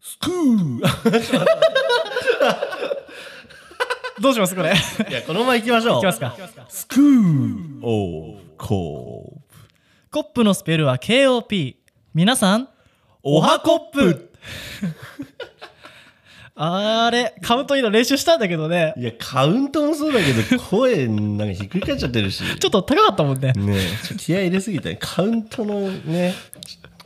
スクーどうします これ。行いや、このまま行きましょう。きますか。スクーオーコープ。コップのスペルは KOP。皆さん、おはコップあれ、カウントインの練習したんだけどね。いや、カウントもそうだけ ど、声なんかひっくり返っちゃってるし。ちょっと高かったもんね。ねえちょっと気合い入れすぎたね。カウントのね、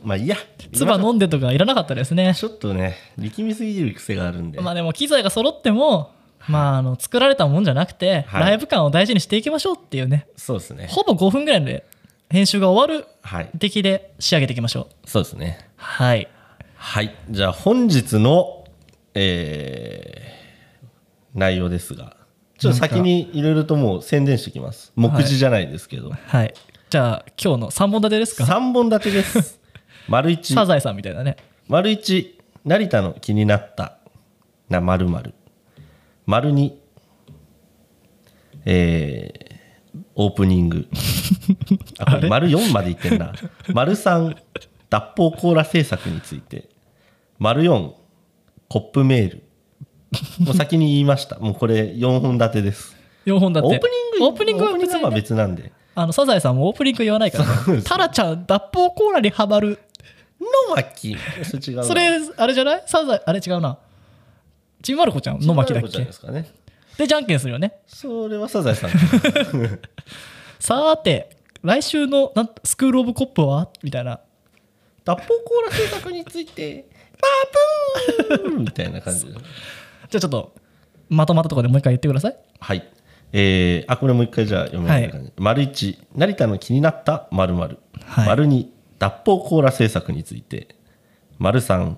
まあいいや。唾飲んでとかいらなかったですね。ちょっとね、力みすぎる癖があるんで。まあでも機材が揃っても、まああの作られたもんじゃなくて、はいライブ感を大事にしていきましょうっていうね、そうですね。ほぼ5分ぐらいで編集が終わるはい。出来で仕上げていきましょう。そうですね。はい。はい。じゃあ本日の、えー内容ですが、ちょっと先にいろいろともう宣伝しておきます。目次じゃないですけど。はい。じゃあ今日の3本立てですか三3本立て です。丸一サザエさんみたいなね。丸一成田の気になったな丸丸丸二えーオープニン グあこれ丸4までいってんな丸3脱法コーラ政策について丸4コップメールもう先に言いましたもうこれ4本立てです4本立オて。ープニングオープニングオーはプニン別グはに、ね、別なんであのサザエさんもオープニング言わないから、ね。タラちゃん、脱法コーラにハマる。野巻それ違うなそれ、あれじゃないサザエ、あれ違うな。ちんまる子ちゃん、野巻だちんまっる子ちゃんけですかねで、じゃんけんするよね。それはサザ エさんさーて、来週のなんスクール・オブ・コップはみたいな。脱法コーラ政策について、バーブーンみたいな感じで。じゃあちょっと、まとまったところでもう一回言ってください。はい。えー、あ、これもう一回じゃあ読めない感じ。丸一、成田の気になった丸丸。はい丸二、脱法コーラ政策について。丸三、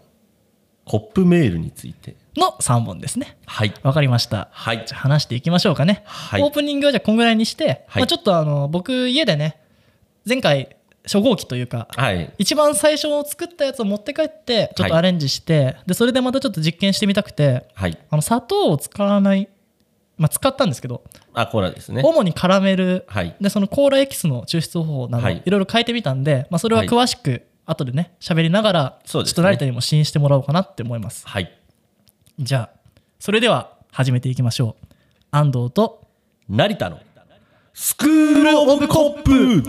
コップメールについて。の3本ですね。はい。わかりました。はいじゃあ話していきましょうかね。はいオープニングはじゃあこんぐらいにして、はいまあ、ちょっとあの僕家でね前回初号機というかはい。一番最初を作ったやつを持って帰ってちょっとはいアレンジして、でそれでまたちょっと実験してみたくてはい。あの砂糖を使わない、まあ、使ったんですけどあ、コーラですね。主にカラメルはい。でそのコーラエキスの抽出方法など、はいい、ろいろ変えてみたんで、まあ、それは詳しく後でね喋りながらちそょうっですねと成田にも試飲してもらおうかなって思います。はい。じゃあそれでは始めていきましょう安藤と成田の、スクールオブコップ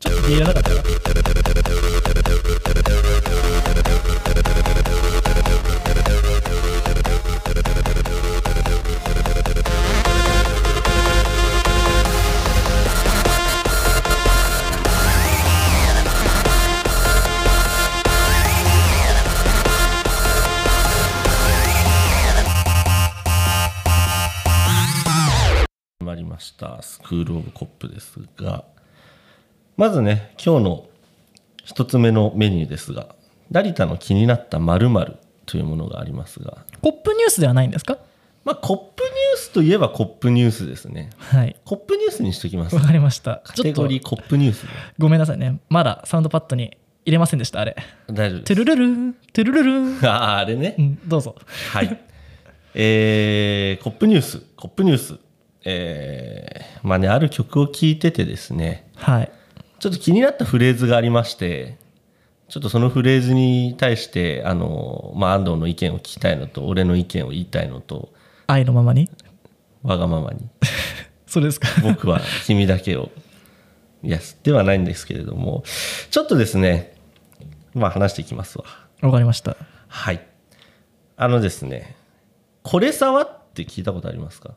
ちょっと言えなかったよ始まりましたスクール・オブ・コップですがまずね今日の一つ目のメニューですが成田の気になった〇〇というものがありますがコップニュースではないんですかまあコップニュースといえばコップニュースですねはいコップニュースにしとき ますわかりましたカちょテっとゴリーコップニュースでごめんなさいねまだサウンドパッドに入れませんでしたあれ大丈夫でトゥルルルントゥルルルンす あーあれねうんどうぞはい。えーコップニュースコップニュースえーまあねある曲を聴いててですねはいちょっと気になったフレーズがありまして、ちょっとそのフレーズに対して、あの、まあ、安藤の意見を聞きたいのと、俺の意見を言いたいのと、愛のままにわがままに、それですか僕は君だけを、いや、ではないんですけれども、ちょっとですね、まあ、話していきますわ。わかりましたはい。あのですね、これさわって聞いたことありますか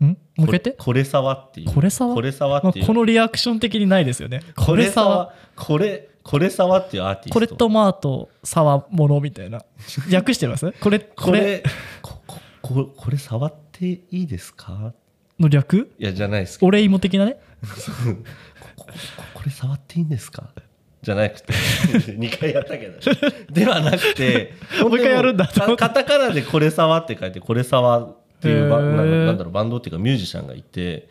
んもう一回言ってこれさわっていう。これさわこれさわまあっていう。このリアクション的にないですよねこれさわこれ、これさわっていうアーティスト。これとマートさわものみた いな訳してますこれここれれここここれ触っていいですかの略いやじゃないですけどお礼芋的なねここここれ触っていいんですかじゃなくて2 回やったけどではなくて もう一回やるんだ本当にもうカカタカナで「これ触」って書いて「これ触」っていうバへなーんかなんだろうバンドっていうかミュージシャンがいて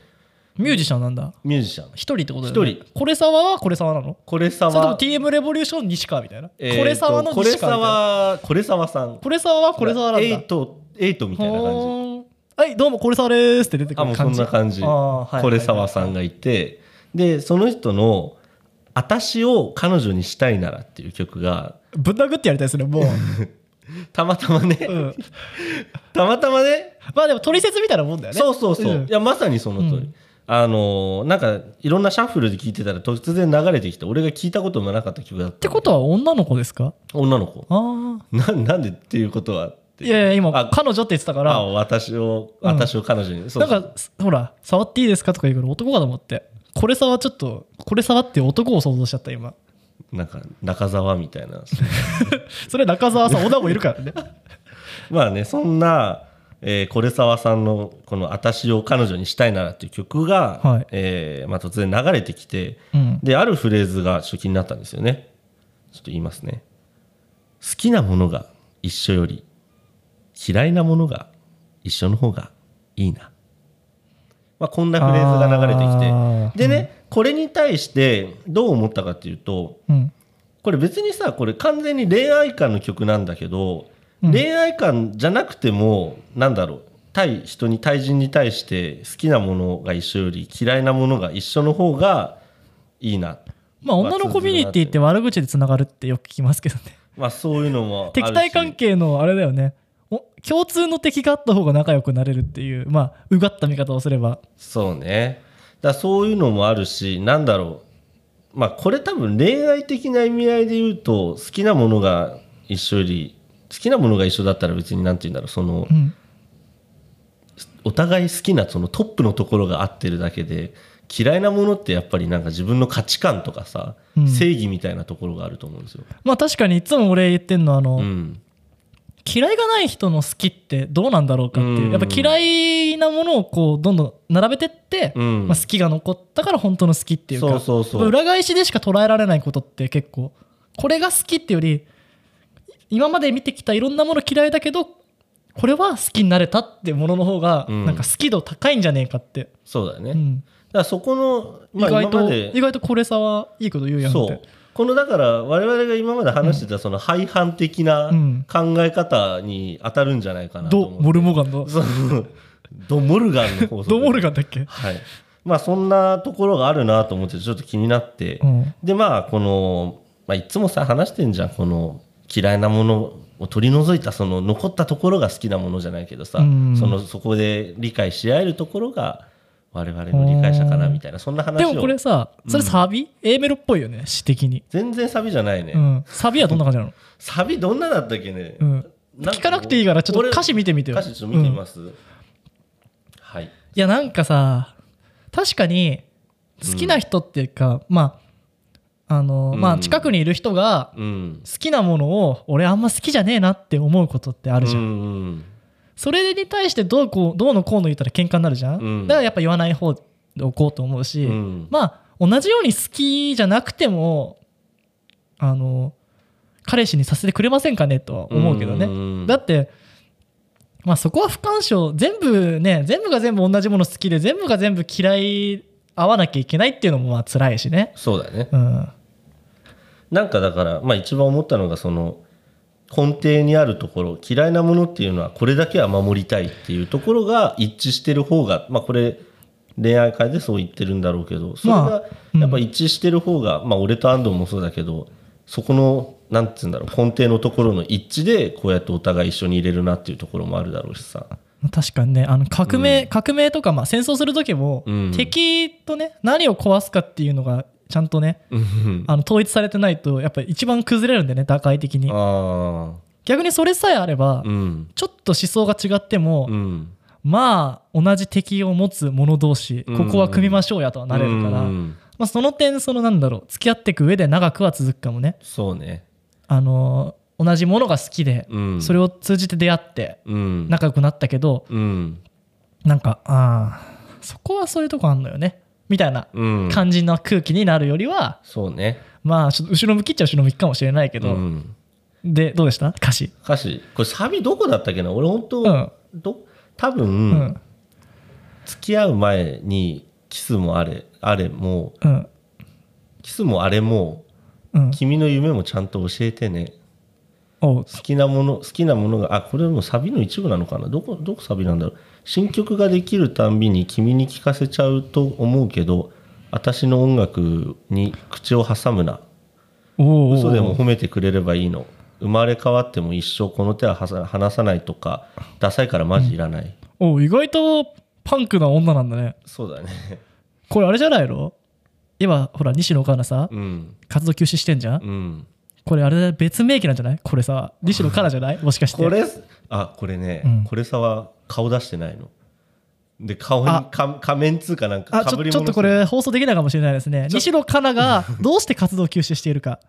ミュージシャンなんだミュージシャン一人ってことだよね一人これさわはこれさわなのこれそれとも触 TM レボリューション西川みたいな、えーとこれさわのこれ西川みたいな触これ触さんこれさわはこれさわなんだエイトエイトみたいな感じほーんはいどうもこれさわですって出てくあもるうそ感んじな感じ、あーはいはいこれ沢さんがいてでその人の「私を彼女にしたいなら」っていう曲がぶん殴ってやりたいです ねもうたまたまね、うんたまたまねまあでも取説みたいなもんだよねそうそうそう、うんいやまさにその通り、うんあのーなんかいろんなシャッフルで聞いてたら突然流れてきて俺が聞いたこともなかった曲だっってたことは女の子ですか女の子ああななんでっていうことはっていやいや今あ彼女って言ってたかあら私をうん私を彼女に、そうなんそうかすほら触っていいですかとか言うから男かと思ってこれ触っちょっとこれ触って男を想像しちゃった今なんか中澤みたいなそれ中澤さん女子いるからねまあねそんな、えー、これ沢さんのこの「私を彼女にしたいなら」っていう曲が、はいえーまあ、突然流れてきてうんであるフレーズが初期になったんですよねちょっと言いますね好きなものが一緒より嫌いなものが一緒の方がいいな、まあ、こんなフレーズが流れあてーきてでね、これに対してどう思ったかっていうとうんこれ別にさこれ完全に恋愛観の曲なんだけど、うん恋愛観じゃなくてもなんだろう対人に対人に対して好きなものが一緒より嫌いなものが一緒の方がいいなまあ女のコミュニティって悪口でつながるってよく聞きますけどねまあそういうのもあるし敵対関係のあれだよねお共通の敵があった方が仲良くなれるっていうまあうがった見方をすればそうねだからそういうのもあるしなんだろうまあこれ多分恋愛的な意味合いで言うと好きなものが一緒より好きなものが一緒だったら別に何て言うんだろうそのうんお互い好きなそのトップのところが合ってるだけで嫌いなものってやっぱりなんか自分の価値観とかさ、うん正義みたいなところがあると思うんですよ。まあ確かにいつも俺言ってんのはあの、うん、嫌いがない人の好きってどうなんだろうかっていう、うんやっぱ嫌いなものをこうどんどん並べてって、うんまあ、好きが残ったから本当の好きっていうかそうそうそうやっぱ裏返しでしか捉えられないことって結構これが好きっていうより今まで見てきたいろんなもの嫌いだけどこれは好きになれたってものの方がうんなんか好き度高いんじゃねえかって、そうだよね。うだんからそこの、まあ、意外今まとで意外とこれさはいいこと言うやんってそうこのだから我々が今まで話してたその廃反的なうん考え方に当たるんじゃないかなとド・思うモルモガンのそうドモルガンの 法則ド・モルガンだっけ、はいまあそんなところがあるなと思ってちょっと気になって、うんでまあこの、まあ、いつもさ話してんじゃんこの嫌いなものを取り除いたその残ったところが好きなものじゃないけどさ、うんそのそこで理解し合えるところが我々の理解者かなみたいなそんな話でをもこれさそれサビ、A メロっぽいよね詩的に、全然サビじゃないね、うん、サビはどんな感じなの、サビどんなだったっけね、うん、なん聞かなくていいからちょっと歌詞見てみてよ歌詞ちょっと見てみます、はいいやなんかさ確かに好きな人っていうか、まああの、うんまあ近くにいる人がうん好きなものを俺あんま好きじゃねえなって思うことってあるじゃん、うんそれに対してどうこうどうのこうの言ったら喧嘩になるじゃん、うんだからやっぱ言わない方でおこうと思うし、うんまあ同じように好きじゃなくてもあの彼氏にさせてくれませんかねとは思うけどね、うんだって、まあ、そこは不干渉全部ね全部が全部同じもの好きで全部が全部嫌い合わなきゃいけないっていうのもまあ辛いしねそうだねうんなんかだから、まあ、一番思ったのがその根底にあるところ嫌いなものっていうのはこれだけは守りたいっていうところが一致してる方が、まあ、これ恋愛会でそう言ってるんだろうけどそれまあがうんやっぱ一致してる方が、まあ、俺と安藤もそうだけどそこのなんて言うんだろう根底のところの一致でこうやってお互い一緒に入れるなっていうところもあるだろうしさ。確かにねあの革命、革命とか、まあ、戦争する時も、うん敵とね何を壊すかっていうのがちゃんとねあの統一されてないとやっぱり一番崩れるんでね打開的にあ逆にそれさえあれば、あうんちょっと思想が違っても、うんまあ同じ敵を持つ者同士うんここは組みましょうやとはなれるから、うんまあ、その点そのなんだろう付き合っていく上で長くは続くかもね、そうね、あのー同じものが好きで、うん、それを通じて出会ってうん仲良くなったけどうんなんかあーそこはそういうとこあんのよねみたいなうん、感じの空気になるよりは、そうねまあちょっと後ろ向きっちゃ後ろ向きかもしれないけど、うんでどうでした歌詞歌詞これサビどこだったっけな俺本当、うんど多分、うん付き合う前にキスもあれあれもうんキスもあれもうん君の夢もちゃんと教えてねお好うきなもの好きなものがあこれもサビの一部なのかなどこどこサビなんだろう新曲ができるたんびに君に聞かせちゃうと思うけど私の音楽に口を挟むなおうおうおう嘘でも褒めてくれればいいの生まれ変わっても一生この手ははさ離さないとかダサいからマジいらない、おう意外とパンクな女なんだねそうだねこれあれじゃないの今ほら西野カナさうん活動休止してんじゃんうんこれあれだね別名義なんじゃないこれさ西野カナじゃないもしかしてこれあこれね、うんこれさは顔出してないので顔にあか仮面つうかなんかあかちぶょりちょっ物とこれ放送できないかもしれないですねちょ西野カナがどうして活動休止しているか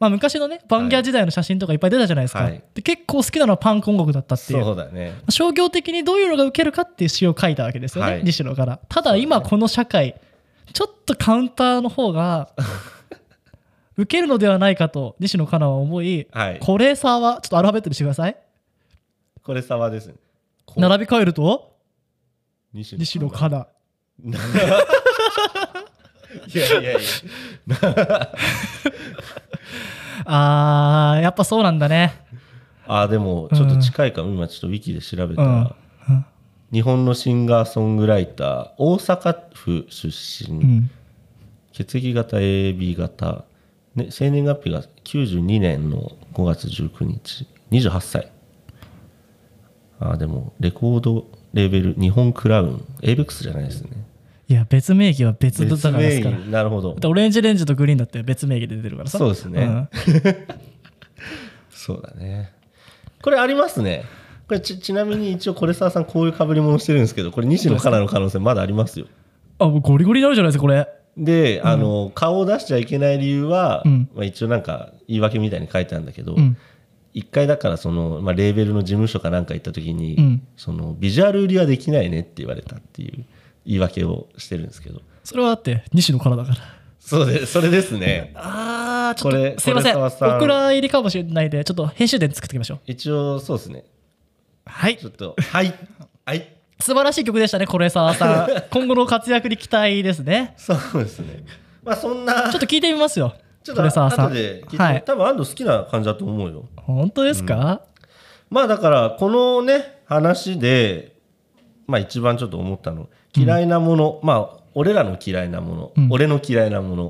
まあ昔のねバンギャ時代の写真とかいっぱい出たじゃないですか、はいで結構好きなのはパンク音楽だったっていうそうだね商業的にどういうのが受けるかっていう詩を書いたわけですよね、はい西野からただ今この社会ちょっとカウンターの方 が受けるのではないかと西野カナは思い、はいこれさはちょっとアルファベットにしてくださいこれさはですねこう並び替えると西西野カナいやいやいやあーやっぱそうなんだねあでもちょっと近いかも、今ちょっとウィキで調べたら、うんうん日本のシンガーソングライター大阪府出身、うん血液型 AB 型、ね、生年月日が92年の5月19日28歳あでもレコードレーベル日本クラウン ABEX じゃないですねいや別名義は別だからです別か名ら義なるほどだってオレンジレンジとグリーンだって別名義で出てるからさそうですねん そうだねこれありますねこれちちなみに一応これ沢さんこういう被り物してるんですけどこれ西野カナの可能性まだありますよあもうゴリゴリになるじゃないですかこれで、あの顔を出しちゃいけない理由は、うんまあ、一応なんか言い訳みたいに書いてあるんだけど、うん一回だからその、まあ、レーベルの事務所かなんか行った時に、うんそのビジュアル売りはできないねって言われたっていう言い訳をしてるんですけどそれはだって西野からだからそうでそれですね あーちこょっれとすいませんこれ沢さんオクラ入りかもしれないでちょっと編集点作っていきましょう一応そうですねはいちょっとはいはい素晴らしい曲でしたねこれ沢さん 今後の活躍に期待ですねそうですねまあそんなちょっと聞いてみますよちょっこれと沢さ後んで聞いて、はい多分安藤好きな感じだと思うよ本当ですか、まあだからこのね話で、まあ、一番ちょっと思ったの嫌いなもの、まあ俺らの嫌いなもの、うん俺の嫌いなもの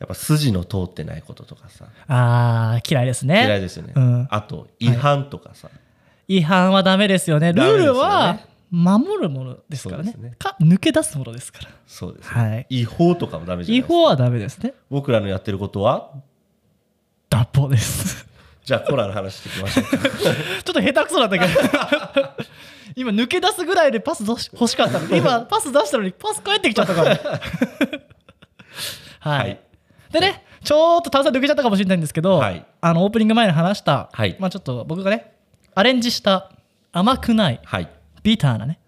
やっぱ筋の通ってないこととかさあー嫌いですね嫌いですよね、うんあと違反とかさ、違反はダメですよねルダメーですよねルは守るものですかそらうねですねか抜け出すものですからそうですね、はい違法とかもダメじゃな違いですか法はダメですね僕らのやってることは脱法ですじゃあコラの話していきまし ょうかちょっと下手くそなんだけど 今抜け出すぐらいでパス出し欲しかったのに今パス出したのにパス返ってきちゃっ たからはい、はいでねちょっと炭酸抜けちゃったかもしれないんですけど、はいあのオープニング前に話した、はいまあ、ちょっと僕がねアレンジした甘くないはいビターなね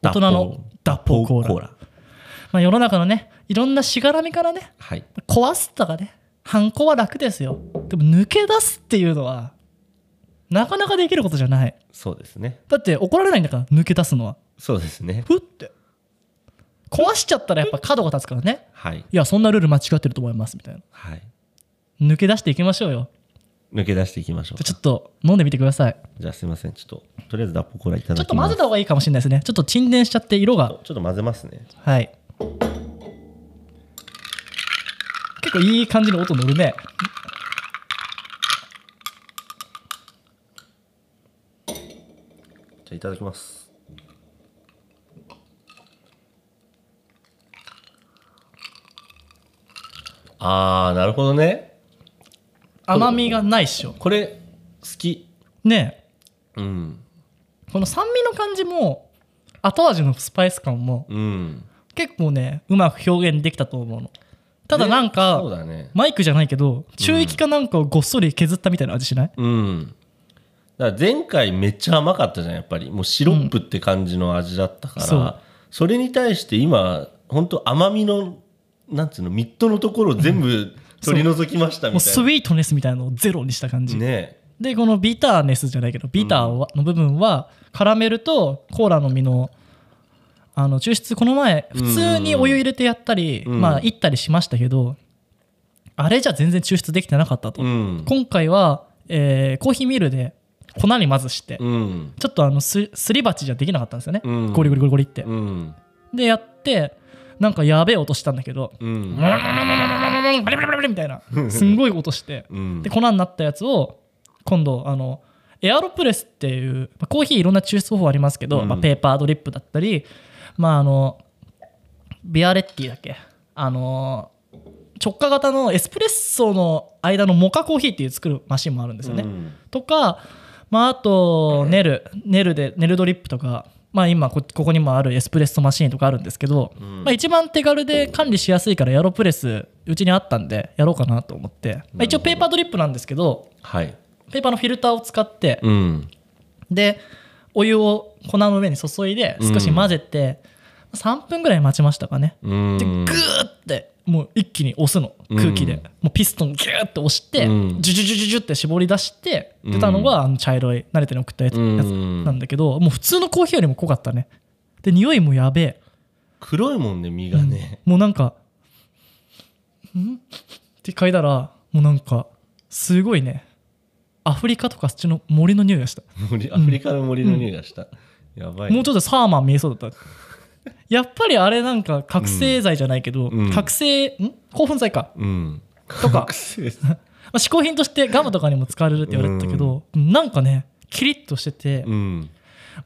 大人の脱法コーラまあ、世の中のねいろんなしがらみからねはい壊すとかね反抗は楽ですよでも抜け出すっていうのはなかなかできることじゃないそうですねだって怒られないんだから抜け出すのはそうですねふって壊しちゃったらやっぱ角が立つからねはいいやそんなルール間違ってると思いますみたいはいな抜け出していきましょうよ抜け出していきましょうちょっと飲んでみてくださいじゃあすいませんちょっととりあえず脱法コーラいただきますちょっと混ぜた方がいいかもしれないですねちょっと沈殿しちゃって色がちょっと混ぜますね。はい結構いい感じの音乗るねじゃあいただきます。あー、なるほどね。甘みがないっしょこれ、好き。ねえうん。この酸味の感じも後味のスパイス感もうん。結構ねうまく表現できたと思うのただなんねそうかだね。マイクじゃないけど中域かなんかをごっそり削ったみたいな味しないうん。だから前回めっちゃ甘かったじゃん、やっぱり。もうシロップって感じの味だったから、うんそうそれに対して今、本当甘みの、なんつうの、ミッドのところを全部取り除きましたもうみたいスな。イートネスみたいなのをゼロにした感じ、ねでこのビターネスじゃないけどビターはの部分はカラメルとコーラの実のあの抽出この前普通にお湯入れてやったり、うんまあいったりしましたけどあれじゃ全然抽出できてなかったと、うん。今回は、えーコーヒーミルで粉にまずして、うん。ちょっとあのすすり鉢じゃできなかったんですよね、うんゴリゴリゴリゴリって、うん。でやってなんかやべえ音したんだけど、うんバリバリバリバリ みたいなすんごい音してうんで粉になったやつを今度あのエアロプレスっていうまあコーヒーいろんな抽出方法ありますけど、うんまあ、ペーパードリップだったりまああのビアレッティだっけあの直下型のエスプレッソの間のモカコーヒーっていう作るマシンもあるんですよね、うんとか、まあ、あとネルネルでネルドリップとか、まあ、今こここにもあるエスプレッソマシーンとかあるんですけど、まあ、一番手軽で管理しやすいからエアロプレスうちにあったんでやろうかなと思って、まあ、一応ペーパードリップなんですけどはいペーパーのフィルターを使って、うんでお湯を粉の上に注いで少し混ぜて、3分ぐらい待ちましたかね。うんでグーってもう一気に押すの空気で、うんもうピストンギューって押して、うんジュジュジュジュジュって絞り出してうん出たのがあの茶色い慣れてる送ったやつ,、うんやつなんだけどもう普通のコーヒーよりも濃かったねで匂いもやべえ黒いもんね身がね、もうなんか「ん?」って嗅いだらもうなんかすごいねアフリカとかそっちの森の匂いがした森アフリカの森の匂いがした、やばいもうちょっとサーマン見えそうだった。やっぱりあれなんか覚醒剤じゃないけど、うん覚醒ん興奮剤かうんとか覚醒まあ、嗜好品としてガムとかにも使われるって言われてたけど、なんかねキリッとしてて、うん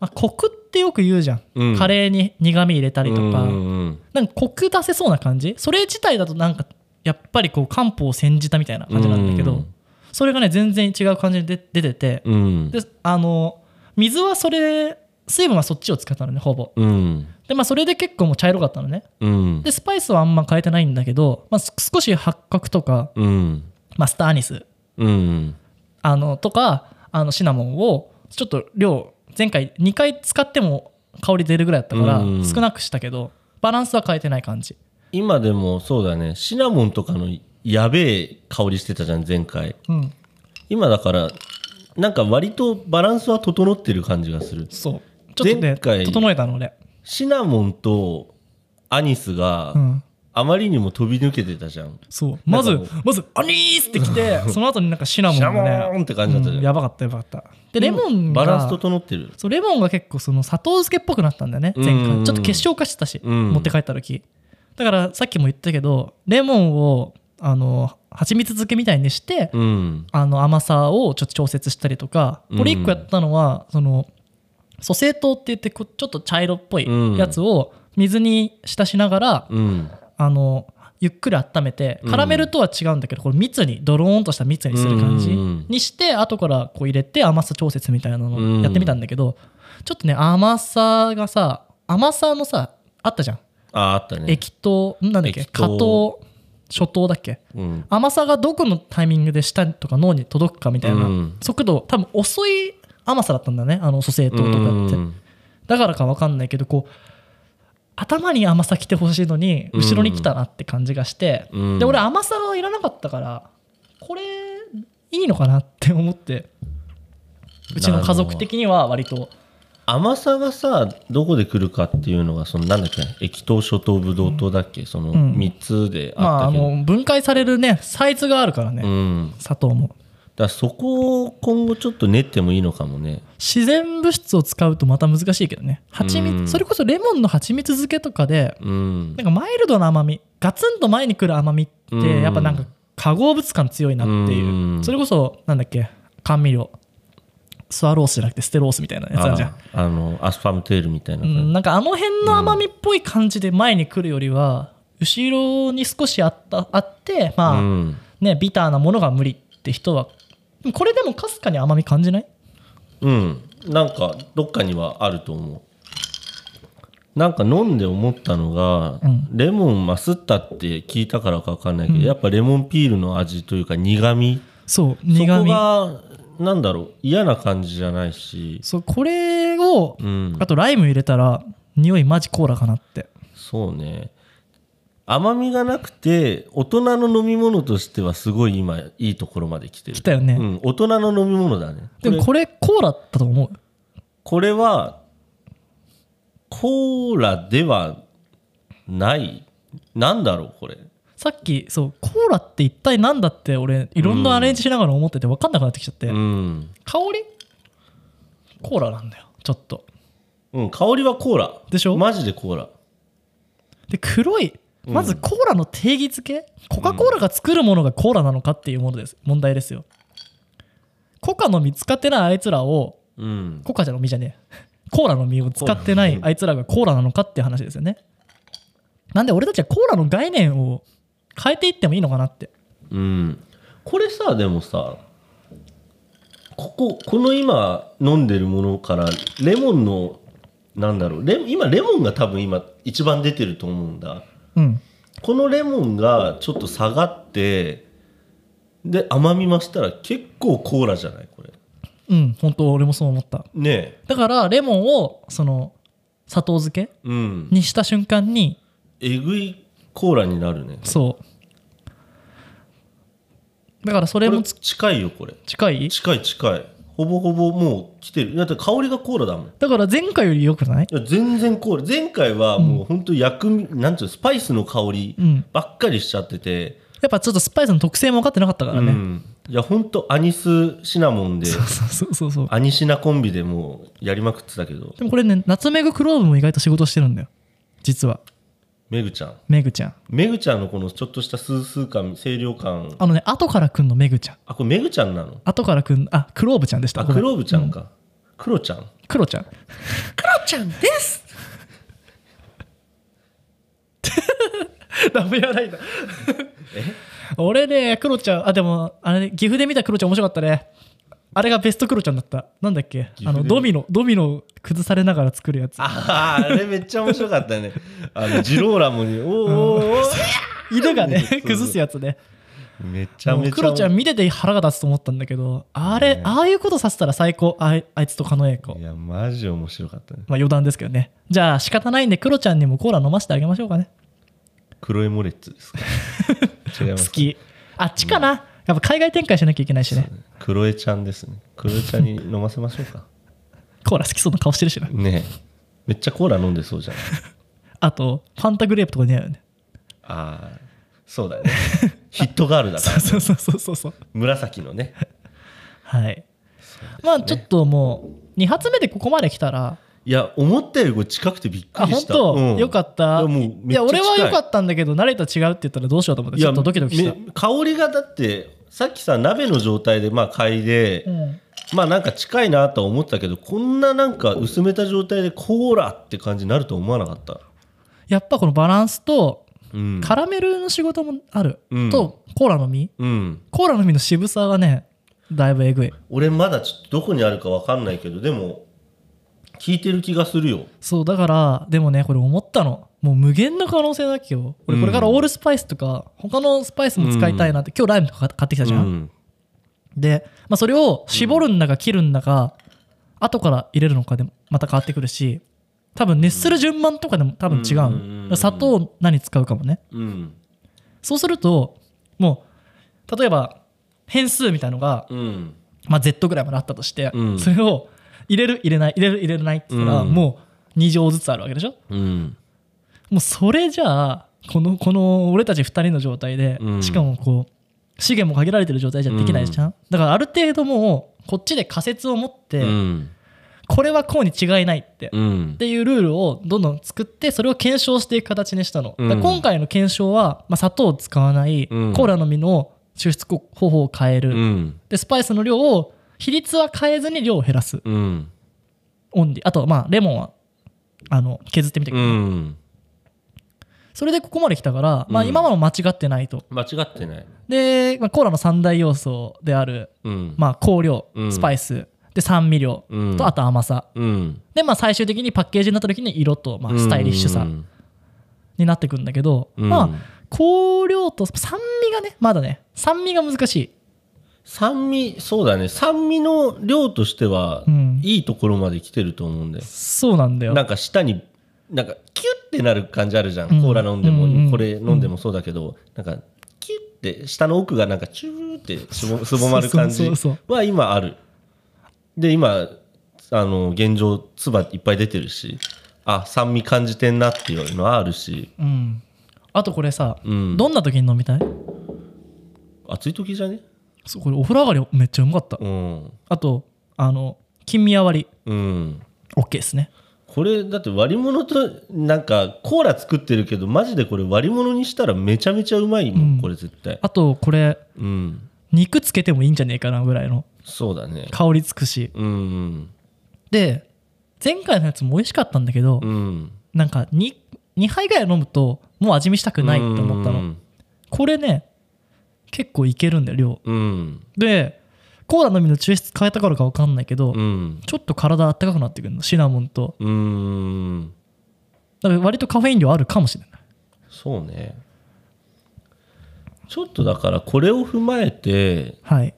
まあ、コクってよく言うじゃん、うんカレーに苦味入れたりとか、うんうんなんかコク出せそうな感じそれ自体だとなんかやっぱりこう漢方を煎じたみたいな感じなんだけど、うんそれがね全然違う感じで出てて、うんであの水はそれ水分はそっちを使ったのねほぼうんでまあそれで結構もう茶色かったのねうんでスパイスはあんま変えてないんだけど、まあ、す少し八角とか、うんまあ、スターアニスうんあのとかあのシナモンをちょっと量前回2回使っても香り出るぐらいだったからうん少なくしたけどバランスは変えてない感じ今でもそうだねシナモンとかのやべえ香りしてたじゃん前回うん今だからなんか割とバランスは整ってる感じがするそうちょっとね前回整えたの俺シナモンとアニスがうんあまりにも飛び抜けてたじゃん、そうまずなんかまずアニースってき てその後になんかシナモンシナがモねーンって感じだったじゃ、うんんやばかったやばかったでレモンがバランス整ってるそうレモンが結構その砂糖漬けっぽくなったんだよね前回うんうんうんちょっと結晶化してたし、うん持って帰った時だからさっきも言ったけどレモンをあの蜂蜜漬けみたいにして、うんあの甘さをちょっと調節したりとかうんこれ1個やったのはその蘇生糖って言ってこうちょっと茶色っぽいやつを水に浸しながらうんあのゆっくり温めてうんカラメルとは違うんだけどこれ蜜にドローンとした蜜にする感じうんうんうんにして後からこう入れて甘さ調節みたいなのをやってみたんだけどちょっとね甘さがさ甘さのさあったじゃんああったね液糖んなんだっけ液果糖糖初糖だっけうん甘さがどこのタイミングで舌とか脳に届くかみたいな、うん速度多分遅い甘さだったんだねあの蘇生糖とかって、うんだからか分かんないけどこう頭に甘さ来てほしいのに後ろに来たなって感じがして、うんで俺甘さはいらなかったからこれいいのかなって思ってうちの家族的には割と甘さがさどこで来るかっていうのがそのなんだっけ液糖諸糖ブドウ糖だっけそのん3つでまあああったけど、の分解されるねサイズがあるからね、うん砂糖もだからそこを今後ちょっと練ってもいいのかもね自然物質を使うとまた難しいけどね蜂蜜、うんそれこそレモンの蜂蜜漬けとかでうんなんかマイルドな甘みガツンと前に来る甘みってうんやっぱなんか化合物感強いなっていう、うんそれこそなんだっけ甘味料スワロースじゃなくてステロースみたいなやつあるじゃんああのアスファムテールみたいなう感じ、ん、なんかあの辺の甘みっぽい感じで前に来るよりは後ろに少しあったあってまあ、うんねビターなものが無理って人はでもこれでもかすかに甘み感じないうん、なんかどっかにはあると思うなんか飲んで思ったのが、うんレモンマスったって聞いたからか分かんないけど、やっぱレモンピールの味というか苦味そう苦そこ味がなんだろう嫌な感じじゃないし、そうこれを、うん、あとライム入れたら匂いマジコーラかなってそうね甘みがなくて大人の飲み物としてはすごい今いいところまで来てる来たよね、うん、大人の飲み物だねでもこれコーラだと思うこれはコーラではないなんだろうこれさっきそうコーラって一体何だって俺いろんなアレンジしながら思ってて分かんなくなってきちゃって、うん、香りコーラなんだよちょっとうん、香りはコーラでしょマジでコーラで黒いうんまずコーラの定義づけ、コカ・コーラが作るものがコーラなのかっていうものです問題ですよコカの実使ってないあいつらをうんコカじゃの実じゃねえ コーラの実を使ってないあいつらがコーラなのかっていう話ですよねなんで俺たちはコーラの概念を変えていってもいいのかなってうんこれさでもさこここの今飲んでるものからレモンのなんだろうレ今レモンが多分今一番出てると思うんだうんこのレモンがちょっと下がってで甘み増したら結構コーラじゃないこれうん本当俺もそう思ったねえだからレモンをその砂糖漬けうんにした瞬間にえぐいコーラになるねそうだからそこれれもつ近いよこれ近い近い近いほぼほぼもう来てるだって香りがコーラだもんいだから前回より良くないや全然コーラ前回はもう本当薬味、なんていうのスパイスの香りうんばっかりしちゃってて、やっぱちょっとスパイスの特性も分かってなかったからうね、ん、いや本当アニスシナモン でそうそうそうそうアニシナコンビでもうやりまくってたけどでもこれねナツメグクローブも意外と仕事してるんだよ実はメグちゃんメグちゃんメグちゃんのこのちょっとした数数感清涼感あのね後からくんのメグちゃんあこれメグちゃんなの後からくんあクローブちゃんでしたあごめクんローブちゃんか、クロちゃんクロちゃんクロちゃんですダメやないだ俺ねクロちゃんあでもあれね岐阜で見たクロちゃん面白かったねあれがベストクロちゃんだったなんだっけ岐あ阜で見のドミノドミノ崩されながら作るやつあーあれめっちゃ面白かったねあのジローラモ に「おーおーお犬がねそうそう崩すやつねーめちゃめちゃクロちゃん見てて腹が立つと思ったんだけどあれ、ねああいうことさせたら最高あいあいつと狩野英孝いやマジ面白かったねまあ余談ですけどねじゃあ仕方ないんでクロちゃんにもコーラ飲ませてあげましょうかね黒エモレッツ ですか違いま好すきあっちかな、やっぱ海外展開しなきゃいけないしねクロエちゃんですねクロエちゃんに飲ませましょうかコーラ好きそうな顔してるしなねえめっちゃコーラ飲んでそうじゃんあとファンタグレープとか似合うよねああそう だねヒットガールだかそらうそうそうそうそうそう紫のねはいまあちょっともう2発目でここまで来たらいや思ったよりこれ近くてびっくあり本した当、うんよかったいやもういめっちゃや近い俺はよかったんだけど慣れと違うって言ったらどうしようと思っていちやょっとドキドキした、め香りがだってさっきさ鍋の状態でまあ嗅いで、うんまあなんか近いなとは思ったけどこんななんか薄めた状態でコーラって感じになると思わなかった、やっぱこのバランスとうん、カラメルの仕事もある、うんとコーラの実うん、コーラの実の渋さがねだいぶえぐい俺まだちょっとどこにあるかわかんないけどでも聞いてる気がするよそうだからでもねこれ思ったのもう無限の可能性だっけよ俺これからオールスパイスとか他のスパイスも使いたいなって、今日ライムとか買ってきたじゃん、うんで、まあ、それを絞るんだか切るんだか、後から入れるのかでもまた変わってくるし多分熱する順番とかでも多分違う、うんうんうん砂糖何使うかもねうんそうするともう例えば変数みたいのが、うんまあ、Z ぐらいまであったとして、うんそれを入れる入れない入れる入れないって言ったら、うんもう2乗ずつあるわけでしょうんもうそれじゃあこのこの俺たち2人の状態で、うんしかもこう資源も限られてる状態じゃできないじゃん、だからある程度もうこっちで仮説を持って、うんこれはこうに違いないって、うっんていうルールをどんどん作ってそれを検証していく形にしたの、うんだから今回の検証は、まあ、砂糖を使わない、うんコーラの実の抽出方法を変える、うんでスパイスの量を比率は変えずに量を減らすうんオンリーあとまあレモンはあの削ってみたけうど、んそれでここまで来たから、まあ、うん今は間違ってないと。間違ってないで、まあ、コーラの三大要素である、うんまあ、香料、うんスパイスで酸味料うんとあと甘さうんで、まあ、最終的にパッケージになった時に色と、まあ、スタイリッシュさうんになってくんだけど、うんまあ香料と酸味がねまだね酸味が難しい酸味そうだね酸味の量としては、うんいいところまで来てると思うんだよそうなんだよなんか舌になんかキュッてなる感じあるじゃん、うんコーラ飲んでも、うんうんこれ飲んでもそうだけど、なんかキュッて舌の奥がなんかチューってすぼすぼまる感そうじそうそうは今あるで今あの現状唾いっぱい出てるしあ酸味感じてんなっていうのはあるしうん、あとこれさ、うんどんな時に飲みたい暑い時じゃねそうこれお風呂上がりめっちゃうまかった、うんあとあの金宮割りうん OK ですねこれだって割り物となんかコーラ作ってるけどマジでこれ割り物にしたらめちゃめちゃうまいもん、うんこれ絶対あとこれうん肉つけてもいいんじゃねえかなぐらいのそうだね香りつくしうんで前回のやつも美味しかったんだけど、うんうんなんか 2, 2杯ぐらい飲むともう味見したくないと思ったの、うんこれね結構いけるんだよ量うんでコーラのみの抽出変えたからか分かんないけど、うんちょっと体あったかくなってくるのシナモンとうんだから割とカフェイン量あるかもしれないそうねちょっとだからこれを踏まえてはい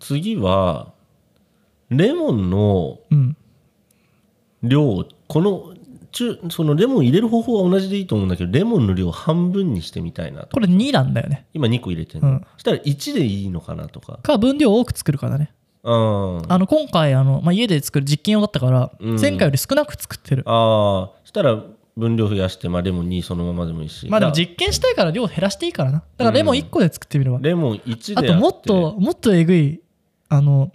次はレモンのうん量をこの中そのレモン入れる方法は同じでいいと思うんだけどレモンの量を半分にしてみたいなとこれ2なんだよね今2個入れてるの、うんそしたら1でいいのかなとかか分量多く作るからねうんああの今回あの、まあ、家で作る実験用だったからうん前回より少なく作ってる、あーそしたら分量増やして、まあ、レモン2そのままでもいいしまあでもだ実験したいから量減らしていいからなだからレモン1個で作ってみれば、レモン1であともっともっとえぐいあの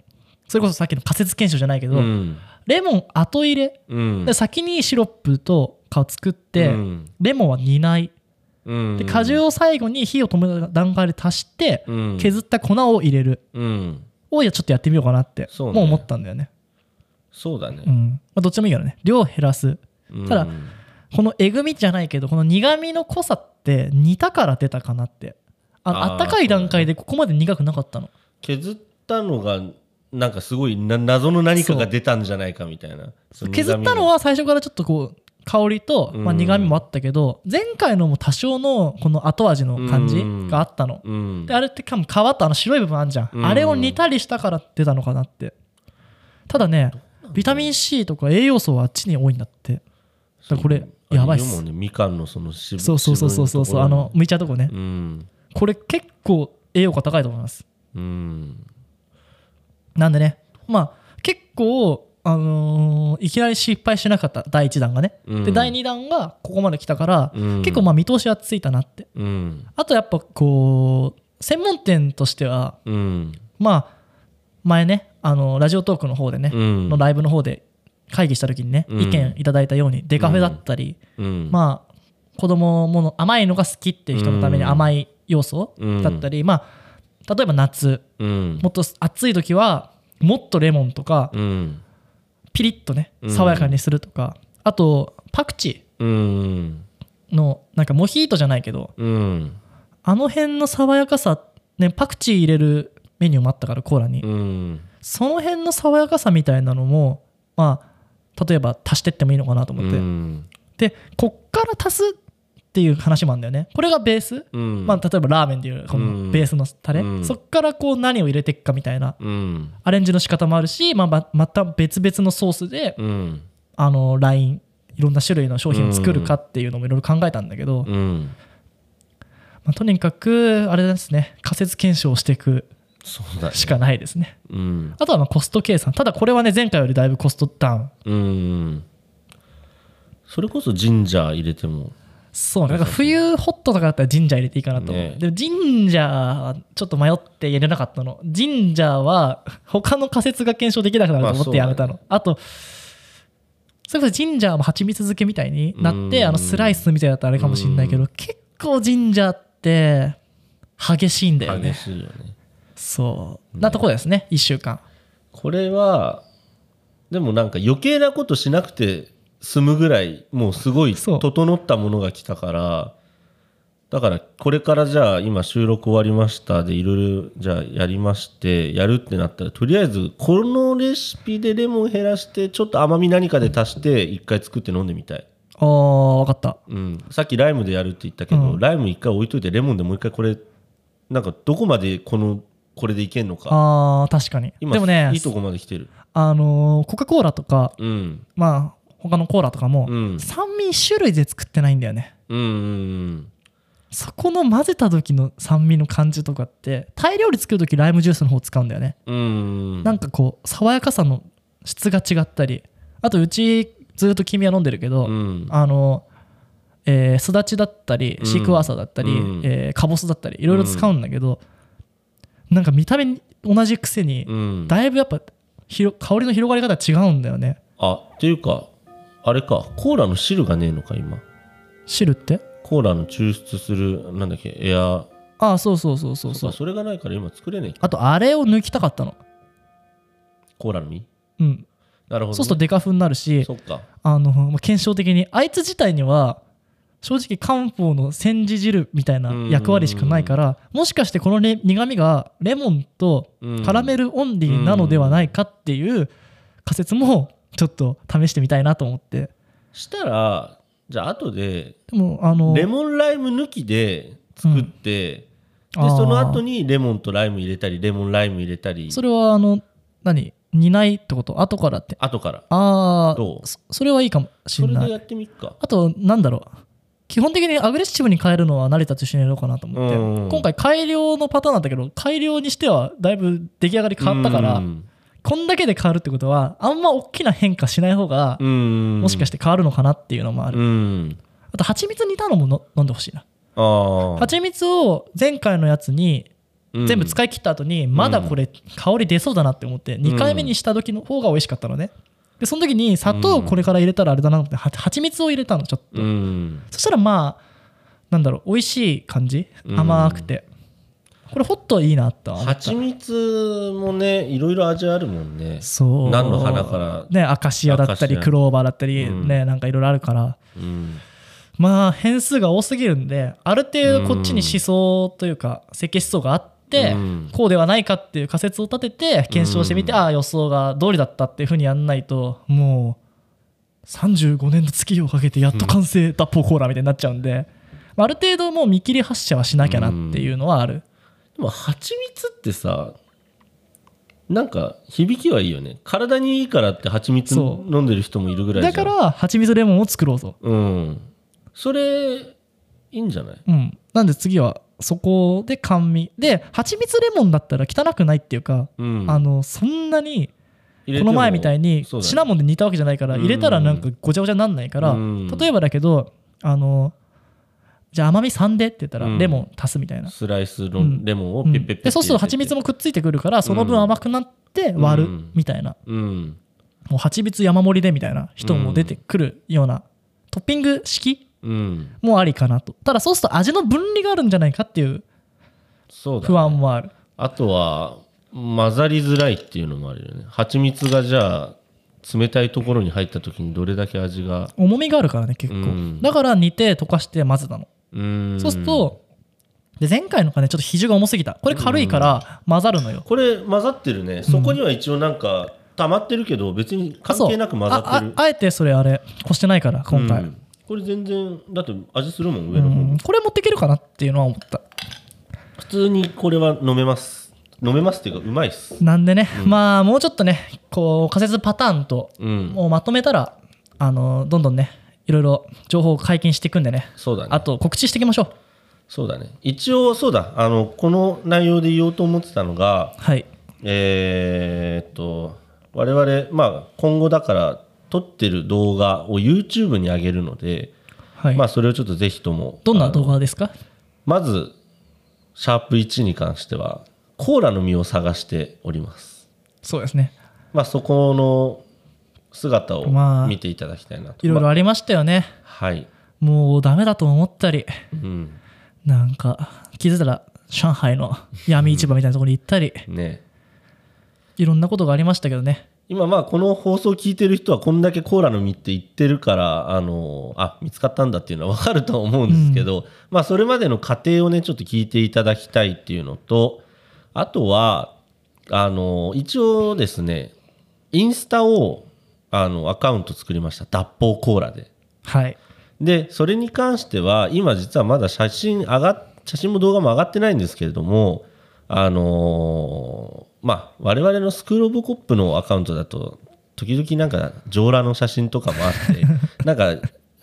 それこそさっきの仮説検証じゃないけど、うんレモン後入れ、うんで先にシロップとかを作って、うんレモンは煮ないうんで果汁を最後に火を止めた段階で足して、うん削った粉を入れるうんをいやちょっとやってみようかなってそうねもう思ったんだよねそうだうね、んまあ、どっちでもいいからね量を減らすうんただこのえぐみじゃないけどこの苦みの濃さって煮たから出たかなってあのあーあったかい段階でここまで苦くなかったの削ったのがなんかすごいな謎の何かが出たんじゃないかみたいなそ削ったのはは最初からちょっとこう香りと、まあ、うん苦みもあったけど前回のも多少のこの後味の感じうんがあったのうんであれってかも皮とあの白い部分あんじゃん、うんあれを煮たりしたから出たのかなってただねビタミン C とか栄養素はあっちに多いんだってだからこれあやばいっ色もすねみかんのその渋そうそうそうそうそうそう渋いとこあろのむいちゃうとこね、うんこれ結構栄養価高いと思いますうんなんでねまあ結構あのーいきなり失敗しなかった第1弾がね、うんで第2弾がここまで来たから、うん結構まあ見通しはついたなってうんあとやっぱこう専門店としてはうんまあ前ねあのラジオトークの方でね、うんのライブの方で会議した時にね、うん意見いただいたようにデカフェだったり、うんまあ子供もの甘いのが好きっていう人のためにうん甘い要素うんだったり、まあ例えば夏うんもっと暑い時はもっとレモンとかうんピリッとねうん爽やかにするとか、あとパクチうんーのなんかモヒートじゃないけどうんあの辺の爽やかさ、ね、パクチー入れるメニューもあったからコーラに、うんその辺の爽やかさみたいなのもまあ例えば足してってもいいのかなと思って、うんでこっから足すっていう話もあるんだよねこれがベース、うんまあ、例えばラーメンでいうこうのんベースのタレ、うんそっからこう何を入れていくかみたいなうんアレンジの仕方もあるし、まあ、ままた別々のソースで、うんあのラインいろんな種類の商品を作るかっていうのもいろいろ考えたんだけど、うんまあ、とにかくあれですね仮説検証をしていくそうだねしかないですねうんあとはまあコスト計算ただこれはね前回よりだいぶコストダウンうんそれこそジンジャー入れてもそうねなんか冬ホットとかだったらジンジャー入れていいかなと思う、ねでもジンジャーはちょっと迷って入れなかったのジンジャーは他の仮説が検証できなくなると思ってやめたの、あとそれこそジンジャーも蜂蜜漬けみたいになってうんあのスライスみたいだったらあれかもしれないけど結構ジンジャーって激しいんだよ激ねしいよねそうなところですね1週間これはでもなんか余計なことしなくて済むぐらいもうすごいそう整ったものが来たからだからこれからじゃあ今収録終わりましたでいろいろじゃあやりましてやるってなったらとりあえずこのレシピでレモン減らしてちょっと甘み何かで足して一回作って飲んでみたい、あー分かったうん、さっきライムでやるって言ったけど、うんライム一回置いといてレモンでもう一回これなんかどこまでこのこれでいけんのかあー確かに今でもねいいとこまで来てるあのーコカ・コーラとかうんまあ他のコーラとかも、うん酸味1種類で作ってないんだよねうんうんそこの混ぜた時の酸味の感じとかってタイ料理作る時ライムジュースの方使うんだよね、うんうんなんかこう爽やかさの質が違ったりあとうちずっと君は飲んでるけど、うんあのえーすだちだったりシークワーサーだったり、うんえーかぼすだったりいろいろ使うんだけど、なんか見た目に同じくせに、うんだいぶやっぱ広香りの広がり方違うんだよねあっていうかあれかコーラの汁がねえのか今汁ってコーラの抽出するなんだっけエアああそうそうそうそうそそううかそれがないから今作れねえかあとあれを抜きたかったのコーラの実うんなるほどね、そうするとデカ風になるしそっかあの もう検証的にあいつ自体には正直漢方の煎じ汁みたいな役割しかないからもしかしてこのね苦味がレモンとうんカラメルオンリーなのではないかっていう仮説もちょっと試してみたいなと思ってしたらじゃあ後ででもあのレモンライム抜きで作って、うんであーその後にレモンとライム入れたりレモンライム入れたりそれはあの何煮ないってこと後からって後からあどあうそそれはいいかもしそれれなでいやってみっかあとなんだろう基本的にアグレッシブに変えるのは慣れた中心にやろうかなと思って、うん今回改良のパターンなんだけど改良にしてはだいぶ出来上がり変わったから、うんこんだけで変わるってことはあんま大きな変化しない方が、うんもしかしして変わるのかなっていうのもある、うんあと蜂蜜煮たのもの飲んでほしいなあー蜂蜜を前回のやつにうん全部使い切った後にまだこれ香り出そうだなって思って2回目にした時の方が美味しかったのねでその時に砂糖をこれから入れたらあれだなと思っては蜂蜜を入れたのちょっとうんそしたらまあなんだろう美味しい感じうん甘くてこれホットいいなとは思った蜂蜜もねいろいろ味あるもんねそう何の花からねアカシアだっアカたシりアクローバーだったりうんねなんかいろいろあるからうんまあ変数が多すぎるんである程度こっちに思想というか設計思想があってうんこうではないかっていう仮説を立てて検証してみてうんああ予想が通りだったっていうふうにやんないともう35年の月日をかけてやっと完成脱法コーラみたいになっちゃうんでまあある程度もう見切り発車はしなきゃなっていうのはあるでも蜂蜜ってさなんか響きはいいよね体にいいからって蜂蜜そ飲んでる人もいるぐらいじゃだんから蜂蜜レモンを作ろうとうんそれいいんじゃないうんなんで次はそこで甘味で蜂蜜レモンだったら汚くないっていうかうんあのそんなに入れてこもの前みたいにそうだねシナモンで煮たわけじゃないからうん入れたらなんかごちゃごちゃになんないからうん例えばだけどあのじゃあ甘み3でって言ったらうんレモン足すみたいな、スライスのうんレモンをうペんッペッペッでそうすると蜂蜜ももくっついてくるからその分甘くなって割るうんみたいなうんもう蜂蜜山盛りでみたいな人も出てくるようなトッピング式うんもありかなとただそうすると味の分離があるんじゃないかっていうそうだ不安もあるあとは混ざりづらいっていうのもあるよね蜂蜜がじゃあ冷たいところに入った時にどれだけ味が重みがあるからね結構、うんだから煮て溶かして混ぜたのうんそうすると、で前回のがね、ちょっと比重が重すぎた。これ軽いから混ざるのよ。これ混ざってるねそこには一応なんか溜まってるけど別に関係なく混ざあってるああえてそれあれ、越してないから、今う回。うんんこれ全然だって味するもん上の方これ持っていけるかなっていうのは思った。普通にこれは飲めます飲めますっていうかうまいっすなんでね、まあもうちょっとね、こう仮説パターンと、うんもうまとめたら、あのどんどんね、いろいろ情報を解禁していくんでね、そうだねあと告知していきましょう。そうだね一応そうだあのこの内容で言おうと思ってたのがはい。えーっと我々まあ今後だから撮ってる動画を YouTube に上げるので、はいまあそれをちょっとぜひともどんあなの動画ですかまずシャープ1に関してはコーラの実を探しておりますそうですね。まあそこの姿まをあ見ていただきたいなと、いろいろありましたよね。はい、もうダメだと思ったり。うん、なんか気づいたら上海の闇市場みたいなところに行ったりねいろんなことがありましたけどね今まあこの放送聞いてる人はこんだけコーラの実って言ってるからあのあ見つかったんだっていうのは分かるとは思うんですけど、まあそれまでの過程をねちょっと聞いていただきたいっていうのとあとはあの一応ですねインスタをあのアカウント作りました脱法コーラではいでそれに関しては今実はまだ写真上がっ写真も動画も上がってないんですけれどもあのーまあ我々のスクール・オブ・コップのアカウントだと時々なんか上裸の写真とかもあって なんか